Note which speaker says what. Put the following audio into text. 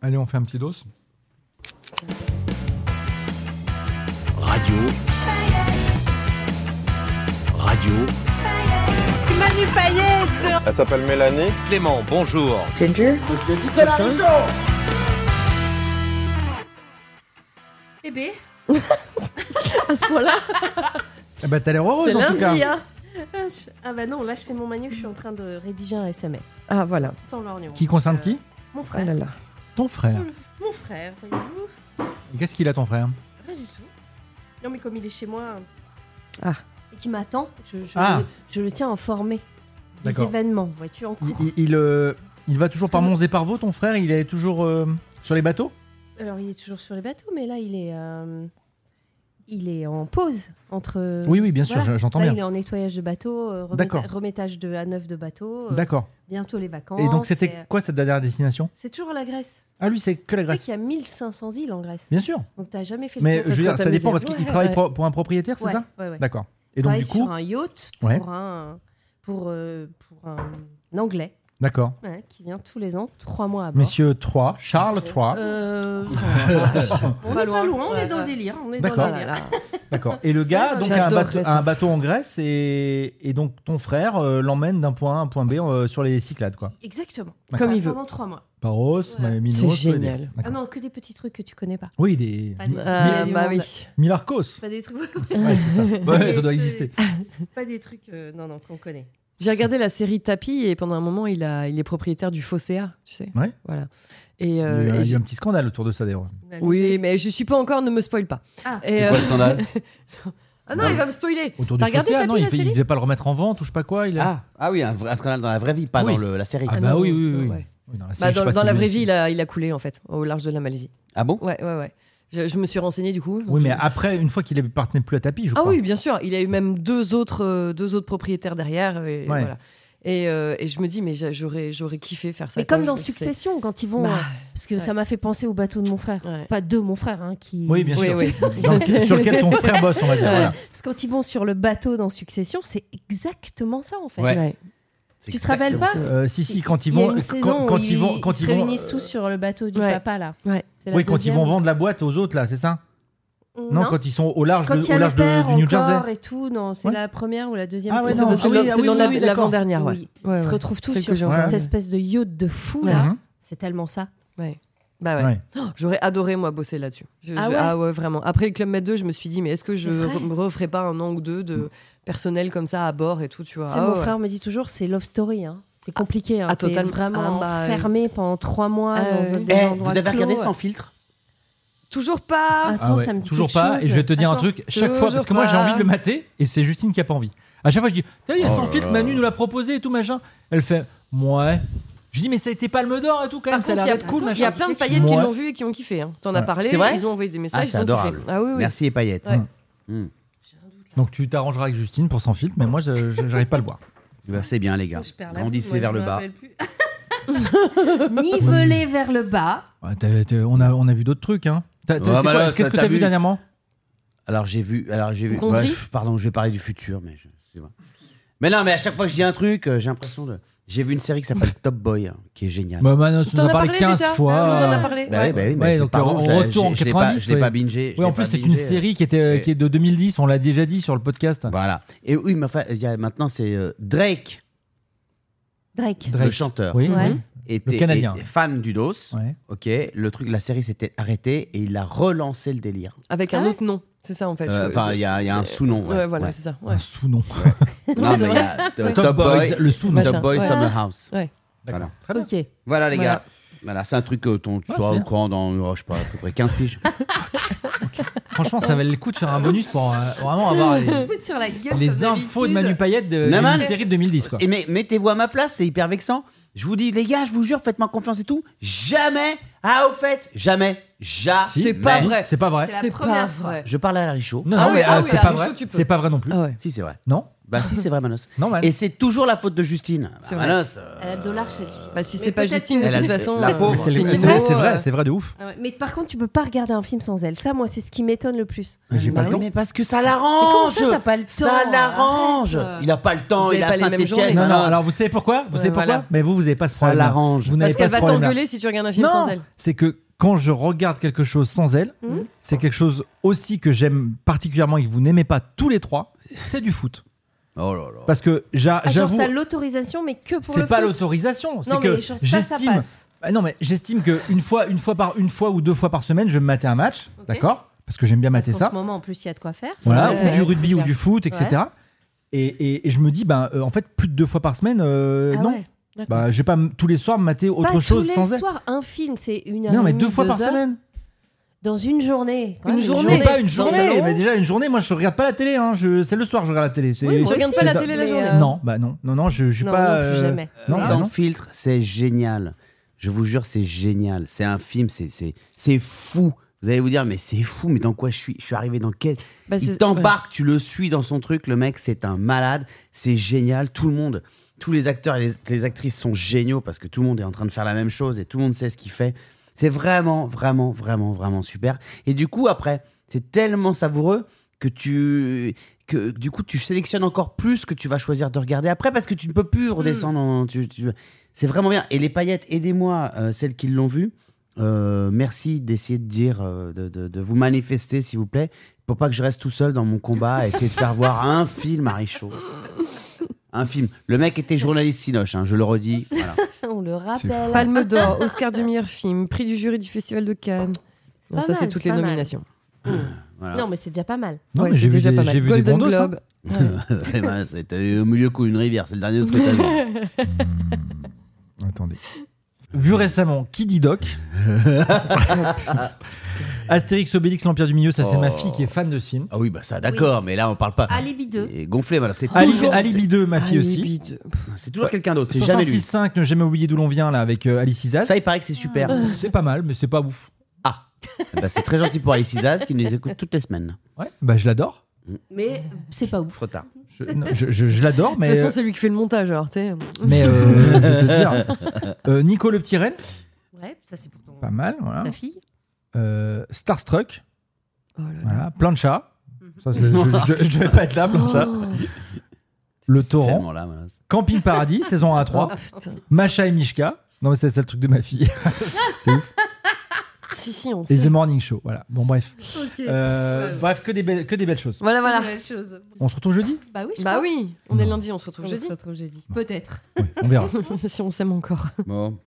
Speaker 1: Allez, on fait un petit dos.
Speaker 2: Radio. Radio.
Speaker 3: Manu Payette
Speaker 4: Elle s'appelle Mélanie.
Speaker 2: Clément, bonjour.
Speaker 5: Bébé
Speaker 3: À ce point-là,
Speaker 1: Eh ben, t'as l'air
Speaker 3: c'est
Speaker 1: heureuse en tout cas.
Speaker 3: lundi, hein
Speaker 5: ah, je- ah bah non, là je fais mon manu, je suis en train de rédiger un SMS.
Speaker 3: Ah voilà.
Speaker 5: Sans lorgnon. Euh,
Speaker 1: Qui concerne qui
Speaker 5: Mon
Speaker 3: Ah
Speaker 5: frère.
Speaker 3: là là.
Speaker 1: Ton frère.
Speaker 5: Mon frère, voyez-vous
Speaker 1: Qu'est-ce qu'il a ton frère
Speaker 5: Rien du tout. Non mais comme il est chez moi
Speaker 3: Ah.
Speaker 5: et qui m'attend, je, je-
Speaker 1: Ah.
Speaker 5: je le tiens informé des
Speaker 1: D'accord.
Speaker 5: événements, vois-tu, en cours.
Speaker 1: Il, il- il, euh, il va toujours
Speaker 5: Parce
Speaker 1: par
Speaker 5: que-
Speaker 1: Mons et par Vaux, ton frère Il est toujours euh, sur les bateaux
Speaker 5: Alors il est toujours sur les bateaux, mais là il est, euh, il est en pause entre...
Speaker 1: Oui, oui, bien sûr,
Speaker 5: Euh, voilà.
Speaker 1: je- j'entends
Speaker 5: Là,
Speaker 1: bien.
Speaker 5: il est en nettoyage de bateau, euh, remeta-
Speaker 1: D'accord.
Speaker 5: remettage de, à neuf de bateau, euh,
Speaker 1: D'accord.
Speaker 5: bientôt les vacances.
Speaker 1: Et donc, c'était
Speaker 5: euh,
Speaker 1: quoi cette dernière destination
Speaker 5: C'est toujours la Grèce.
Speaker 1: Ah, lui, c'est que la
Speaker 5: Tu sais
Speaker 1: Grèce.
Speaker 5: qu'il y a 1500 îles en Grèce.
Speaker 1: Bien sûr.
Speaker 5: Donc t'as jamais fait le
Speaker 1: Mais
Speaker 5: tour,
Speaker 1: je veux
Speaker 5: toi,
Speaker 1: dire,
Speaker 5: de
Speaker 1: ça
Speaker 5: Camille
Speaker 1: dépend parce
Speaker 5: Zerbe.
Speaker 1: qu'il
Speaker 5: Ouais,
Speaker 1: travaille
Speaker 5: ouais.
Speaker 1: pro- pour un propriétaire, c'est
Speaker 5: Ouais,
Speaker 1: ça
Speaker 5: ouais, ouais.
Speaker 1: D'accord. Et donc,
Speaker 5: Travaille
Speaker 1: du coup.
Speaker 5: sur un yacht
Speaker 1: Ouais.
Speaker 5: pour un pour euh, pour un anglais
Speaker 1: D'accord.
Speaker 5: ouais, qui vient tous les ans trois mois à bord.
Speaker 1: Monsieur 3, Charles 3.
Speaker 5: Euh, on est
Speaker 3: Pas
Speaker 5: pas
Speaker 3: loin.
Speaker 5: loin, on
Speaker 3: Ouais,
Speaker 5: est dans
Speaker 3: ouais.
Speaker 5: le délire, on est dans
Speaker 1: D'accord.
Speaker 5: le délire.
Speaker 1: D'accord. Et le gars, donc, a un
Speaker 3: J'adorerais
Speaker 1: bateau,
Speaker 3: ça.
Speaker 1: un bateau en Grèce et, et donc ton frère euh, l'emmène d'un point A à un point B euh, sur les Cyclades, quoi.
Speaker 5: Exactement.
Speaker 1: D'accord.
Speaker 3: Comme il veut.
Speaker 5: Pendant trois mois.
Speaker 1: Paros,
Speaker 5: Ouais.
Speaker 1: Minos.
Speaker 3: C'est
Speaker 1: ouais,
Speaker 3: génial.
Speaker 1: des-
Speaker 5: Ah
Speaker 1: d'accord.
Speaker 5: non, que des petits trucs que tu connais pas.
Speaker 1: Oui, des.
Speaker 5: Pas des,
Speaker 3: Ah,
Speaker 5: pas des
Speaker 3: bah
Speaker 5: mondes.
Speaker 3: oui.
Speaker 1: Milarcos.
Speaker 5: Pas des trucs.
Speaker 1: Ouais, c'est ça. Ouais,
Speaker 5: Mais
Speaker 1: ça doit
Speaker 5: c'est-
Speaker 1: exister.
Speaker 5: pas des trucs. euh, non non qu'on connaît.
Speaker 3: J'ai regardé la série Tapi et pendant un moment, il, a, il est propriétaire du Fosséa, tu sais.
Speaker 1: Ouais.
Speaker 3: Voilà. Et,
Speaker 1: il y
Speaker 3: euh,
Speaker 1: a
Speaker 3: et
Speaker 1: eu
Speaker 3: j'ai-
Speaker 1: un petit scandale autour de ça, d'ailleurs.
Speaker 5: Mais
Speaker 3: oui,
Speaker 5: j'ai-
Speaker 3: mais je suis pas encore, ne me spoil pas.
Speaker 5: Ah.
Speaker 3: Et,
Speaker 2: C'est
Speaker 3: euh,
Speaker 2: quoi le scandale
Speaker 3: ah non,
Speaker 2: Non.
Speaker 3: il va me spoiler.
Speaker 1: Autour du
Speaker 3: T'as regardé
Speaker 1: fossé, Ah,
Speaker 3: Tapi,
Speaker 1: non, il,
Speaker 3: la
Speaker 1: fait- il
Speaker 3: série
Speaker 1: devait pas le remettre en vente ou je sais pas quoi. Il a-
Speaker 2: ah, ah oui, un, vrai- un scandale dans la vraie vie, pas
Speaker 1: Oui.
Speaker 2: dans le- la série.
Speaker 1: Ah
Speaker 2: Ah,
Speaker 1: bah
Speaker 3: non,
Speaker 1: oui, oui,
Speaker 3: euh,
Speaker 1: oui.
Speaker 3: ouais.
Speaker 1: Oui, dans la
Speaker 3: Bah,
Speaker 1: série, je
Speaker 3: dans
Speaker 1: sais pas
Speaker 3: dans
Speaker 1: si
Speaker 3: la
Speaker 1: vous
Speaker 3: vraie
Speaker 1: avez
Speaker 3: vie,
Speaker 1: su.
Speaker 3: il a, il a coulé en fait, au large de la Malaisie.
Speaker 2: Ah bon
Speaker 3: Ouais, ouais, ouais. Je, je me suis renseigné du coup. donc
Speaker 1: Oui, mais
Speaker 3: je-
Speaker 1: après, une fois qu'il appartenait plus à tapis, je
Speaker 3: Ah
Speaker 1: crois.
Speaker 3: oui, bien sûr. Il y a eu même deux autres, euh, deux autres propriétaires derrière.
Speaker 1: Ouais.
Speaker 3: Et, voilà. et, euh, et je me dis, mais j'a- j'aurais, j'aurais kiffé faire ça.
Speaker 5: Mais comme
Speaker 3: quand
Speaker 5: dans
Speaker 3: je- c'est-
Speaker 5: Succession, quand ils vont,
Speaker 3: Bah,
Speaker 5: euh, parce que ça m'a fait penser au bateau de mon frère,
Speaker 3: ouais.
Speaker 5: pas de mon frère, hein, qui.
Speaker 1: Oui, bien
Speaker 3: Oui,
Speaker 1: sûr.
Speaker 3: oui.
Speaker 1: Dans-
Speaker 3: Ça, c'est-
Speaker 1: sur lequel ton frère bosse, on va dire.
Speaker 3: Ouais.
Speaker 1: voilà.
Speaker 5: Parce que quand ils vont sur le bateau dans Succession, c'est exactement ça en fait.
Speaker 2: Ouais.
Speaker 3: Ouais.
Speaker 5: Tu te rappelles pas
Speaker 1: Euh, si, si, quand ils
Speaker 5: Il y a
Speaker 1: vont.
Speaker 5: une
Speaker 1: quand-
Speaker 5: saison
Speaker 1: quand
Speaker 5: où
Speaker 1: ils vont. Quand
Speaker 5: ils
Speaker 1: ils
Speaker 5: se
Speaker 1: vont- euh,
Speaker 5: réunissent tous sur le bateau du
Speaker 3: Ouais.
Speaker 5: papa là.
Speaker 3: Ouais.
Speaker 5: C'est la
Speaker 1: Oui, quand ils
Speaker 5: deuxième.
Speaker 1: vont vendre la boîte aux autres, là, c'est ça non,
Speaker 5: Non.
Speaker 1: quand ils sont au large,
Speaker 5: Quand
Speaker 1: de-
Speaker 5: il y a
Speaker 1: au
Speaker 5: le
Speaker 1: large de-
Speaker 5: père
Speaker 1: du New Jersey.
Speaker 5: encore et tout, non, c'est
Speaker 1: Ouais.
Speaker 5: la première ou la deuxième.
Speaker 1: Ah ouais,
Speaker 3: C'est
Speaker 5: saison.
Speaker 1: non,
Speaker 3: dans,
Speaker 1: ah oui, ah oui,
Speaker 3: dans la-
Speaker 1: oui, d'accord.
Speaker 3: l'avant-dernière, ouais.
Speaker 5: Oui.
Speaker 3: Ouais,
Speaker 5: Ils se
Speaker 3: ouais.
Speaker 5: retrouvent tous
Speaker 3: C'est
Speaker 5: sur
Speaker 3: que j'ai
Speaker 5: cette
Speaker 1: entendu.
Speaker 5: espèce de yacht de fou
Speaker 3: Ouais.
Speaker 5: là.
Speaker 1: Mhm.
Speaker 5: C'est tellement ça.
Speaker 3: Bah ouais.
Speaker 1: Ouais.
Speaker 3: Oh, J'aurais adoré moi bosser là-dessus. Je- je-
Speaker 5: Ah ouais
Speaker 3: vraiment. Après le club Med 2, je me suis dit mais est-ce que je
Speaker 5: C'est vrai
Speaker 3: re- me referais pas un an ou deux de personnel comme ça à bord et tout, tu
Speaker 1: Bah
Speaker 3: vois.
Speaker 5: C'est
Speaker 3: Ah
Speaker 5: mon
Speaker 3: ouais.
Speaker 5: frère me dit toujours, c'est love story. hein. C'est compliqué. Hein.
Speaker 3: ah,
Speaker 5: T'es
Speaker 3: totalement.
Speaker 5: vraiment
Speaker 3: Ah, bah,
Speaker 5: fermé pendant trois mois
Speaker 3: Ah,
Speaker 5: dans un
Speaker 3: oui.
Speaker 5: des
Speaker 2: Eh,
Speaker 5: endroits
Speaker 2: vous avez regardé
Speaker 5: clos.
Speaker 2: sans filtre
Speaker 3: Toujours pas.
Speaker 5: Attends,
Speaker 1: Ah ouais,
Speaker 5: ça me dit
Speaker 1: Toujours
Speaker 5: quelque
Speaker 1: pas,
Speaker 5: chose.
Speaker 1: et je vais te dire un
Speaker 5: Attends.
Speaker 1: truc, chaque fois, parce que moi j'ai
Speaker 3: Toujours
Speaker 1: envie de le
Speaker 3: pas.
Speaker 1: mater, et c'est Justine qui a pas envie. À chaque fois, je dis, t'as vu, il y a
Speaker 2: Oh
Speaker 1: son
Speaker 2: là
Speaker 1: filtre,
Speaker 2: là.
Speaker 1: Manu nous l'a proposé et tout, machin. Elle fait, ouais. Je dis, mais ça a été palme d'or et tout, quand même,
Speaker 3: Par
Speaker 1: ça a l'air
Speaker 3: contre, il y a,
Speaker 1: d'être cool,
Speaker 3: attends, il y
Speaker 1: machin.
Speaker 3: a plein de paillettes qui
Speaker 1: Ouais.
Speaker 3: l'ont vu et qui ont kiffé. hein. T'en as
Speaker 1: Ouais.
Speaker 3: parlé,
Speaker 2: C'est vrai
Speaker 3: ils ont envoyé des messages.
Speaker 2: Ah,
Speaker 3: ils
Speaker 2: c'est
Speaker 3: ont kiffé.
Speaker 2: adorable.
Speaker 3: Ah oui, oui.
Speaker 2: Merci et paillettes.
Speaker 3: Ouais.
Speaker 2: Mm.
Speaker 1: Donc tu t'arrangeras avec Justine pour sans filtre, mais moi, je- je- j'arrive pas à le voir.
Speaker 2: Bah, c'est bien, les gars.
Speaker 5: Je perds la
Speaker 2: Grandissez
Speaker 5: boule,
Speaker 2: vers
Speaker 5: moi,
Speaker 2: le
Speaker 5: je me
Speaker 2: bas.
Speaker 5: rappelle plus. Nivelé vers le bas.
Speaker 1: Ouais, t'as- t'as- on, a, on a vu d'autres trucs, hein. T'as- t'as-
Speaker 2: Ouais,
Speaker 1: c'est
Speaker 2: bah
Speaker 1: quoi-
Speaker 2: là,
Speaker 1: Qu'est-ce
Speaker 2: ça,
Speaker 1: que
Speaker 2: t'as
Speaker 1: t'as vu
Speaker 2: vu
Speaker 1: dernièrement
Speaker 2: Alors, j'ai vu. Alors, j'ai vu.
Speaker 3: Gondry
Speaker 2: Bref, pardon, je vais parler du futur, mais je sais pas. Mais non, mais à chaque fois que je dis un truc, euh, j'ai l'impression de. J'ai vu une série qui s'appelle Top Boy, hein, qui est géniale.
Speaker 1: Bah, Manos nous
Speaker 3: T'en
Speaker 1: en
Speaker 3: as
Speaker 1: a parlé 15
Speaker 3: déjà
Speaker 1: fois.
Speaker 3: Ah, tu nous en as parlé.
Speaker 2: Bah oui, bah oui, mais
Speaker 1: Ouais,
Speaker 2: c'est-
Speaker 1: donc,
Speaker 2: pardon,
Speaker 1: on
Speaker 2: je l'ai-
Speaker 1: retourne
Speaker 2: je-
Speaker 1: en
Speaker 2: je l'ai pas-
Speaker 1: 90,
Speaker 2: Je l'ai
Speaker 1: ouais.
Speaker 2: pas bingé. je
Speaker 1: Oui, en
Speaker 2: l'ai
Speaker 1: plus,
Speaker 2: pas
Speaker 1: c'est une
Speaker 2: bingé.
Speaker 1: série qui, était, euh,
Speaker 2: Ouais.
Speaker 1: qui est de 2010, on l'a déjà dit sur le podcast.
Speaker 2: Voilà. Et oui, mais enfin, il y a maintenant, c'est euh, Drake,
Speaker 5: Drake.
Speaker 1: Drake.
Speaker 2: le chanteur,
Speaker 1: Oui,
Speaker 5: Ouais.
Speaker 1: oui.
Speaker 2: était,
Speaker 1: Le Canadien.
Speaker 2: était fan du DOS.
Speaker 1: Ouais.
Speaker 2: Ok, le truc, la série s'était arrêtée et il a relancé le délire.
Speaker 3: Avec
Speaker 5: Ah
Speaker 3: un
Speaker 5: ouais
Speaker 3: autre nom, c'est ça en fait.
Speaker 2: Euh,
Speaker 3: Je-
Speaker 2: Enfin, il y, a il y a un
Speaker 3: c'est-
Speaker 2: sous-nom.
Speaker 3: Ouais, voilà, c'est ça. ouais.
Speaker 1: Un sous-nom.
Speaker 2: Non, mais
Speaker 3: c'est
Speaker 2: il y a Top,
Speaker 1: Top
Speaker 2: Boy,
Speaker 1: Boys, le sous-nom.
Speaker 3: Machin.
Speaker 2: Top Boy
Speaker 3: Ouais.
Speaker 2: Summer House.
Speaker 3: Ouais.
Speaker 2: Voilà.
Speaker 1: Très bien.
Speaker 5: Ok.
Speaker 2: Voilà, les
Speaker 3: Voilà.
Speaker 2: gars. Voilà, c'est un truc que ton, tu
Speaker 1: Ah,
Speaker 2: seras
Speaker 1: c'est
Speaker 2: au
Speaker 1: bien.
Speaker 2: courant dans, oh, je sais pas, à peu près 15 piges.
Speaker 1: Franchement, ça valait le coup de faire un bonus pour euh, vraiment avoir les,
Speaker 5: Foot sur la gueule.
Speaker 1: les infos de Manu Payette de
Speaker 2: Non,
Speaker 1: la
Speaker 2: mais-
Speaker 1: série de 2010. Quoi.
Speaker 2: et mais mettez-vous à ma place, c'est hyper vexant. Je vous dis, les gars, je vous jure, faites-moi confiance et tout. Jamais, ah, au fait, jamais, jamais.
Speaker 3: C'est pas vrai.
Speaker 1: C'est pas vrai.
Speaker 5: C'est la
Speaker 3: C'est
Speaker 5: première
Speaker 3: pas
Speaker 5: fois.
Speaker 3: vrai.
Speaker 2: Je parle à la Richaud.
Speaker 1: Non,
Speaker 3: Ah
Speaker 1: non,
Speaker 3: oui,
Speaker 1: mais,
Speaker 3: ah
Speaker 1: euh,
Speaker 3: oui,
Speaker 1: c'est
Speaker 3: ah,
Speaker 1: pas
Speaker 3: le
Speaker 1: vrai.
Speaker 3: show, tu peux.
Speaker 1: C'est pas vrai non plus.
Speaker 3: Ah ouais.
Speaker 2: Si, c'est vrai.
Speaker 1: Non
Speaker 2: Bah si, c'est vrai, Manos.
Speaker 1: Normal.
Speaker 2: Et c'est toujours la faute de Justine. Bah,
Speaker 3: C'est vrai.
Speaker 2: Manos. euh,
Speaker 5: Elle a le dollar, celle-ci.
Speaker 3: Bah, si
Speaker 5: Mais
Speaker 3: c'est pas
Speaker 5: peut-être
Speaker 3: Justine,
Speaker 5: que-
Speaker 3: de
Speaker 2: Elle a-
Speaker 3: toute façon.
Speaker 2: la
Speaker 3: euh,
Speaker 2: pauvre,
Speaker 1: C'est
Speaker 3: une
Speaker 1: c'est-
Speaker 3: meuf.
Speaker 1: c'est vrai, c'est vrai de ouf.
Speaker 5: Ah ouais, Mais par contre, tu peux pas regarder un film sans elle. Ça, moi, c'est ce qui m'étonne le plus.
Speaker 1: J'ai
Speaker 3: Bah
Speaker 1: pas le
Speaker 3: oui.
Speaker 1: temps.
Speaker 2: mais parce que ça
Speaker 5: Mais comment
Speaker 2: l'arrange
Speaker 5: ça, t'as pas le temps Ah,
Speaker 2: Ça l'arrange
Speaker 5: Arrête.
Speaker 2: Il a pas le temps,
Speaker 3: Vous
Speaker 2: il
Speaker 3: avez
Speaker 2: a
Speaker 3: pas les mêmes journées.
Speaker 2: Saint-Etienne.
Speaker 1: Non, non, alors vous savez pourquoi Vous
Speaker 3: Ouais,
Speaker 1: savez pourquoi
Speaker 3: voilà.
Speaker 1: Mais vous, vous n'avez pas ce
Speaker 2: Ça
Speaker 1: problème-là.
Speaker 2: l'arrange.
Speaker 1: Vous n'avez
Speaker 3: Parce
Speaker 1: pas
Speaker 3: qu'elle
Speaker 1: ce
Speaker 3: va
Speaker 1: problème-là.
Speaker 3: t'engueuler si tu regardes un film sans
Speaker 1: Non,
Speaker 3: elle. Mmh.
Speaker 1: c'est que quand je regarde quelque chose sans elle,
Speaker 5: Mhm.
Speaker 1: c'est quelque chose aussi que j'aime particulièrement et que vous n'aimez pas tous les trois, c'est du foot.
Speaker 2: Oh là là.
Speaker 1: Parce que j'a-
Speaker 5: Ah, genre,
Speaker 1: j'avoue,
Speaker 5: t'as l'autorisation, mais que pour le
Speaker 1: c'est pas
Speaker 5: foot.
Speaker 1: l'autorisation, c'est
Speaker 5: Non,
Speaker 1: que
Speaker 5: mais genre, ça, ça
Speaker 1: j'estime
Speaker 5: passe.
Speaker 1: Bah non, mais j'estime que une fois, une fois par une fois ou deux fois par semaine, je vais me mater un match,
Speaker 5: Ok.
Speaker 1: d'accord Parce que j'aime bien mater
Speaker 5: En ce
Speaker 1: Bah, ça.
Speaker 5: moment, en plus, il y a de quoi faire.
Speaker 1: Voilà,
Speaker 5: Ouais,
Speaker 1: ou du
Speaker 5: ouais, c'est
Speaker 1: rugby ou
Speaker 5: clair.
Speaker 1: du foot, etc. Et, et- et je me dis, ben, euh, en fait, plus de deux fois par semaine, euh,
Speaker 5: Ah
Speaker 1: non.
Speaker 5: ouais, d'accord.
Speaker 1: Bah, je vais pas m- tous les soirs me mater autre
Speaker 5: Pas
Speaker 1: chose
Speaker 5: tous
Speaker 1: sans
Speaker 5: les
Speaker 1: elle.
Speaker 5: soirs, un film, c'est une heure.
Speaker 1: Non, mais
Speaker 5: et demie,
Speaker 1: deux fois par
Speaker 5: heures.
Speaker 1: semaine.
Speaker 5: Dans une journée. quand
Speaker 3: Une
Speaker 5: même,
Speaker 3: journée.
Speaker 1: Mais pas une
Speaker 3: sans
Speaker 1: journée.
Speaker 3: talent.
Speaker 1: Mais déjà une journée, moi, je regarde pas la télé. hein, je- C'est le soir, que je regarde la télé. c'est-
Speaker 5: Oui, moi
Speaker 3: Tu
Speaker 1: c'est-
Speaker 3: regardes
Speaker 5: aussi,
Speaker 3: pas la
Speaker 1: c'est-
Speaker 3: télé la
Speaker 5: mais,
Speaker 3: journée.
Speaker 5: euh,
Speaker 1: Non, bah non, non, non, je, je suis
Speaker 5: Non,
Speaker 1: pas.
Speaker 5: non plus,
Speaker 1: euh,
Speaker 5: jamais.
Speaker 1: non,
Speaker 2: Sans
Speaker 1: bah non.
Speaker 2: filtre, c'est génial. Je vous jure, c'est génial. C'est un film, c'est- c'est c'est fou. Vous allez vous dire, mais c'est fou, mais dans quoi je suis Je suis arrivé dans quel
Speaker 3: Bah,
Speaker 2: Il
Speaker 3: c'est-
Speaker 2: t'embarque, tu le suis dans son truc. Le mec, c'est un malade. C'est génial. Tout le monde, tous les acteurs et les, les actrices sont géniaux parce que tout le monde est en train de faire la même chose et tout le monde sait ce qu'il fait. C'est vraiment, vraiment, vraiment, vraiment super. Et du coup, après, c'est tellement savoureux que tu que du coup tu sélectionnes encore plus que tu vas choisir de regarder après parce que tu ne peux plus redescendre
Speaker 3: Mm.
Speaker 2: en- tu- tu- c'est vraiment bien et les paillettes aidez-moi euh, celles qui l'ont vu euh, merci d'essayer de dire euh, de, de- de vous manifester s'il vous plaît pour pas que je reste tout seul dans mon combat à essayer de faire voir un film à Richaud un film le mec était journaliste sinoche hein, je le redis voilà.
Speaker 5: On le
Speaker 3: ouais.
Speaker 5: rappelle.
Speaker 3: Palme d'or, Oscar du meilleur film, prix du jury du Festival de Cannes.
Speaker 5: C'est
Speaker 3: Bon,
Speaker 5: Oh, pas
Speaker 3: ça, c'est
Speaker 5: mal,
Speaker 3: toutes
Speaker 5: c'est
Speaker 3: les
Speaker 5: pas mal.
Speaker 3: nominations.
Speaker 2: Voilà.
Speaker 5: Non, mais c'est déjà pas mal.
Speaker 1: Non,
Speaker 3: Ouais,
Speaker 1: mais
Speaker 3: c'est
Speaker 1: j'ai vu
Speaker 3: déjà
Speaker 1: des,
Speaker 3: pas mal.
Speaker 1: j'ai vu des
Speaker 3: Golden
Speaker 1: bandos, hein.
Speaker 3: Globe.
Speaker 2: Ouais, voilà, c'est- t'as eu au milieu coup une rivière c'est le dernier de ce que t'as vu
Speaker 1: Attendez. Vu récemment, qui dit Doc Astérix Obélix, l'Empire du Milieu, ça c'est
Speaker 2: Oh.
Speaker 1: ma fille qui est fan de ce film.
Speaker 2: ah oui bah ça d'accord mais là on parle
Speaker 1: Ah.
Speaker 2: pas
Speaker 5: Alibi 2.
Speaker 2: et gonflé voilà c'est
Speaker 1: Ali-
Speaker 2: toujours
Speaker 1: Alibi 2, ma fille aussi.
Speaker 3: Alibi de-
Speaker 2: c'est- c'est toujours quelqu'un d'autre c'est jamais lui
Speaker 1: 66.5, ne jamais oublier d'où l'on vient là avec euh, Alice Isaac.
Speaker 2: ça il paraît que c'est super
Speaker 1: C'est pas mal, mais c'est pas ouf.
Speaker 2: Ah Bah, C'est très gentil pour Alice Isaz qui nous écoute toutes les semaines.
Speaker 1: Ouais, bah je l'adore.
Speaker 5: Mais c'est pas ouf.
Speaker 2: Trop tard.
Speaker 1: Je, non, je- je- je l'adore,
Speaker 3: De
Speaker 1: mais. euh,
Speaker 3: toute façon, c'est lui qui fait le montage, alors, tu sais.
Speaker 1: Mais euh, je vais te dire. euh, Nico le petit renne,
Speaker 5: Ouais, ça c'est pour ton...
Speaker 1: pas mal. Voilà.
Speaker 5: ta fille.
Speaker 1: Euh, Starstruck,
Speaker 3: Oh là là.
Speaker 1: voilà. Plancha. Ça, c'est- je, je- je vais pas être là,
Speaker 5: Oh.
Speaker 1: Plancha. Le torrent.
Speaker 2: Tellement là, Manos.
Speaker 1: Camping Paradis, saison 1 à 3.
Speaker 3: Putain.
Speaker 1: Macha et Mishka. Non, mais c'est c'est le truc de ma fille. c'est ouf.
Speaker 3: Si, si, on
Speaker 1: Et
Speaker 3: sait.
Speaker 1: The Morning Show. Voilà. Bon, bref.
Speaker 5: Ok.
Speaker 1: Euh, bref, que des, belles, que des belles choses.
Speaker 3: Voilà, voilà.
Speaker 5: chose.
Speaker 1: On se retrouve jeudi
Speaker 5: Bah oui, je
Speaker 3: Bah
Speaker 5: crois.
Speaker 3: oui, on est lundi, on se retrouve
Speaker 5: On
Speaker 3: jeudi.
Speaker 5: se retrouve jeudi. Peut-être.
Speaker 1: Ouais, On verra.
Speaker 3: si on s'aime encore.
Speaker 2: Bon.